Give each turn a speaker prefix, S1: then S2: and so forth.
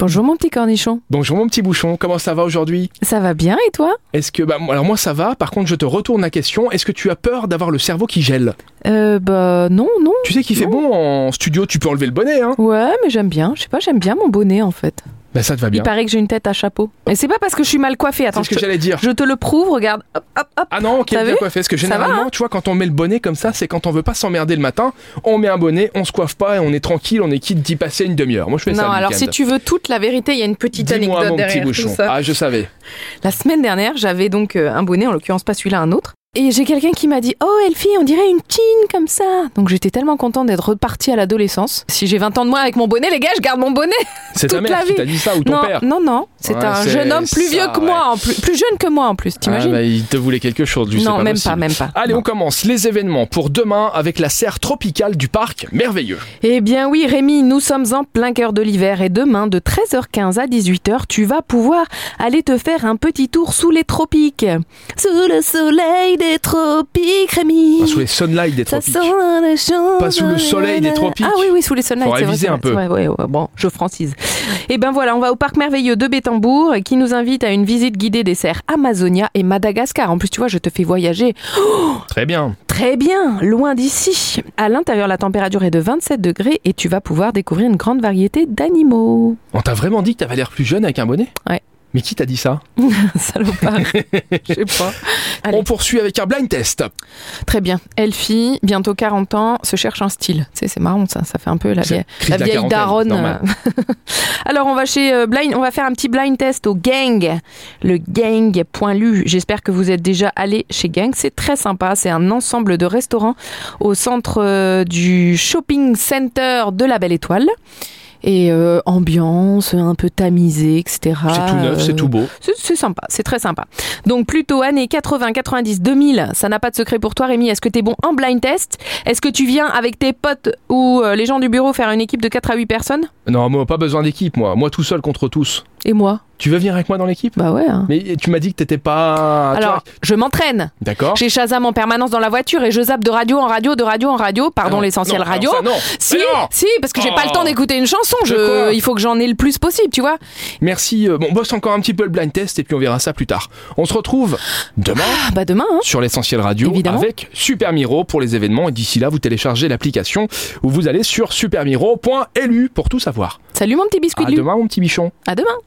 S1: Bonjour mon petit cornichon.
S2: Bonjour mon petit bouchon, comment ça va aujourd'hui
S1: Ça va bien et toi
S2: Est-ce que bah moi- alors moi ça va, par contre je te retourne la question, est-ce que tu as peur d'avoir le cerveau qui gèle
S1: Euh bah non non.
S2: Tu sais qu'il fait bon en studio, tu peux enlever le bonnet hein
S1: Ouais mais j'aime bien, je sais pas, j'aime bien mon bonnet en fait.
S2: Bah ça te va
S1: Il
S2: bien.
S1: paraît que j'ai une tête à chapeau. Et c'est pas parce que je suis mal coiffée, attends,
S2: C'est ce
S1: je
S2: que
S1: te,
S2: j'allais dire.
S1: je te le prouve, regarde, hop hop hop.
S2: Ah non, ok,
S1: T'as
S2: bien
S1: vu
S2: coiffé. Parce que
S1: Ça va, hein?
S2: généralement, tu vois, quand on met le bonnet comme ça, c'est quand on veut pas s'emmerder le matin, on met un bonnet, on se coiffe pas et on est tranquille, on est quitte d'y passer une demi-heure. Moi, je fais ça.
S1: Non,
S2: le
S1: alors si
S2: week-end.
S1: tu veux toute la vérité, il y a une petite
S2: Dis-moi,
S1: anecdote
S2: mon petit
S1: derrière tout
S2: bouchon.
S1: ça.
S2: Ah, je savais.
S1: La semaine dernière, j'avais donc euh, un bonnet, en l'occurrence pas celui-là, un autre. Et j'ai quelqu'un qui m'a dit Oh Elfie, on dirait une chine comme ça. Donc j'étais tellement contente d'être repartie à l'adolescence. Si j'ai 20 ans de moins avec mon bonnet, les gars, je garde mon bonnet.
S2: C'est ta
S1: Toute
S2: mère
S1: la
S2: qui
S1: vie.
S2: t'a dit ça ou ton
S1: non,
S2: père
S1: non, non, c'est
S2: Ouais,
S1: un
S2: c'est
S1: jeune homme plus
S2: ça,
S1: vieux que moi, en plus, plus jeune que moi en plus,
S2: Ah,
S1: t'imagines
S2: bah, il te voulait quelque chose, du
S1: Non, même pas, même pas.
S2: Allez,
S1: Non.
S2: on commence les événements pour demain avec la serre tropicale du parc. Merveilleux.
S1: Eh bien oui, Rémi, nous sommes en plein cœur de l'hiver et demain, de 13h15 à 18h, tu vas pouvoir aller te faire un petit tour sous les tropiques. Sous le soleil des tropiques, Rémi.
S2: Enfin, sous les sunlight des
S1: Ça
S2: tropiques.
S1: sent le champ-
S2: Pas sous le soleil des tropiques.
S1: Ah oui, oui, sous les soleils.
S2: Faut
S1: c'est vrai,
S2: réviser
S1: c'est
S2: un
S1: vrai,
S2: peu.
S1: c'est vrai, ouais, ouais, bon, je francise. Et ben voilà, on va au parc merveilleux de Bétambourg qui nous invite à une visite guidée des serres Amazonia et Madagascar. En plus, tu vois, je te fais voyager
S2: Très bien.
S1: Très bien, loin d'ici. À l'intérieur, la température est de 27 degrés et tu vas pouvoir découvrir une grande variété d'animaux.
S2: On t'a vraiment dit que t'avais l'air plus jeune avec un bonnet
S1: Ouais.
S2: Mais qui t'a dit ça
S1: Salopard. Je sais pas. Allez.
S2: On poursuit avec un blind test.
S1: Très bien. Elfie, bientôt 40 ans, se cherche un style. Tu sais, c'est marrant ça, ça fait un peu la
S2: C'est
S1: vieille,
S2: crise
S1: la
S2: de la
S1: vieille
S2: quarantaine,
S1: daronne.
S2: normal.
S1: Alors on va chez euh, Blind, on va faire un petit blind test au Gang. Le Gang.lu. J'espère que vous êtes déjà allé chez Gang, c'est très sympa, c'est un ensemble de restaurants au centre euh, du shopping center de la Belle Étoile. Et euh, ambiance un peu tamisée, etc.
S2: C'est tout
S1: Euh,
S2: neuf, c'est tout beau.
S1: c'est- C'est sympa, c'est très sympa. Donc plutôt années 80, 90, 2000, ça n'a pas de secret pour toi Rémi, est-ce que t'es bon en blind test Est-ce que tu viens avec tes potes ou euh, les gens du bureau faire une équipe de 4 à 8 personnes
S2: Non, moi, pas besoin d'équipe, moi. Moi, tout seul contre tous.
S1: Et moi
S2: Tu veux venir avec moi dans l'équipe
S1: Bah ouais. hein.
S2: Mais tu m'as dit que t'étais pas.
S1: Alors,
S2: Ah, toi-
S1: je m'entraîne.
S2: D'accord.
S1: J'ai Shazam en permanence dans la voiture et je zappe de radio en radio, de radio en radio, pardon
S2: Ah non,
S1: l'essentiel
S2: non,
S1: radio.
S2: alors ça, non.
S1: Si,
S2: Mais non
S1: si, parce que j'ai pas
S2: Oh.
S1: le temps d'écouter une chanson,
S2: De
S1: je,
S2: quoi
S1: il faut que j'en ai le plus possible, tu vois.
S2: Merci. euh, Bon, bosse encore un petit peu le blind test et puis on verra ça plus tard. On se retrouve demain
S1: Ah bah demain, hein.
S2: sur l'essentiel radio
S1: Évidemment.
S2: avec Super Miro pour les événements. Et d'ici là, vous téléchargez l'application ou vous allez sur supermiro.lu pour tout savoir.
S1: Salut mon petit biscuit
S2: À
S1: de lu.
S2: Ah, demain, mon petit bichon.
S1: À demain.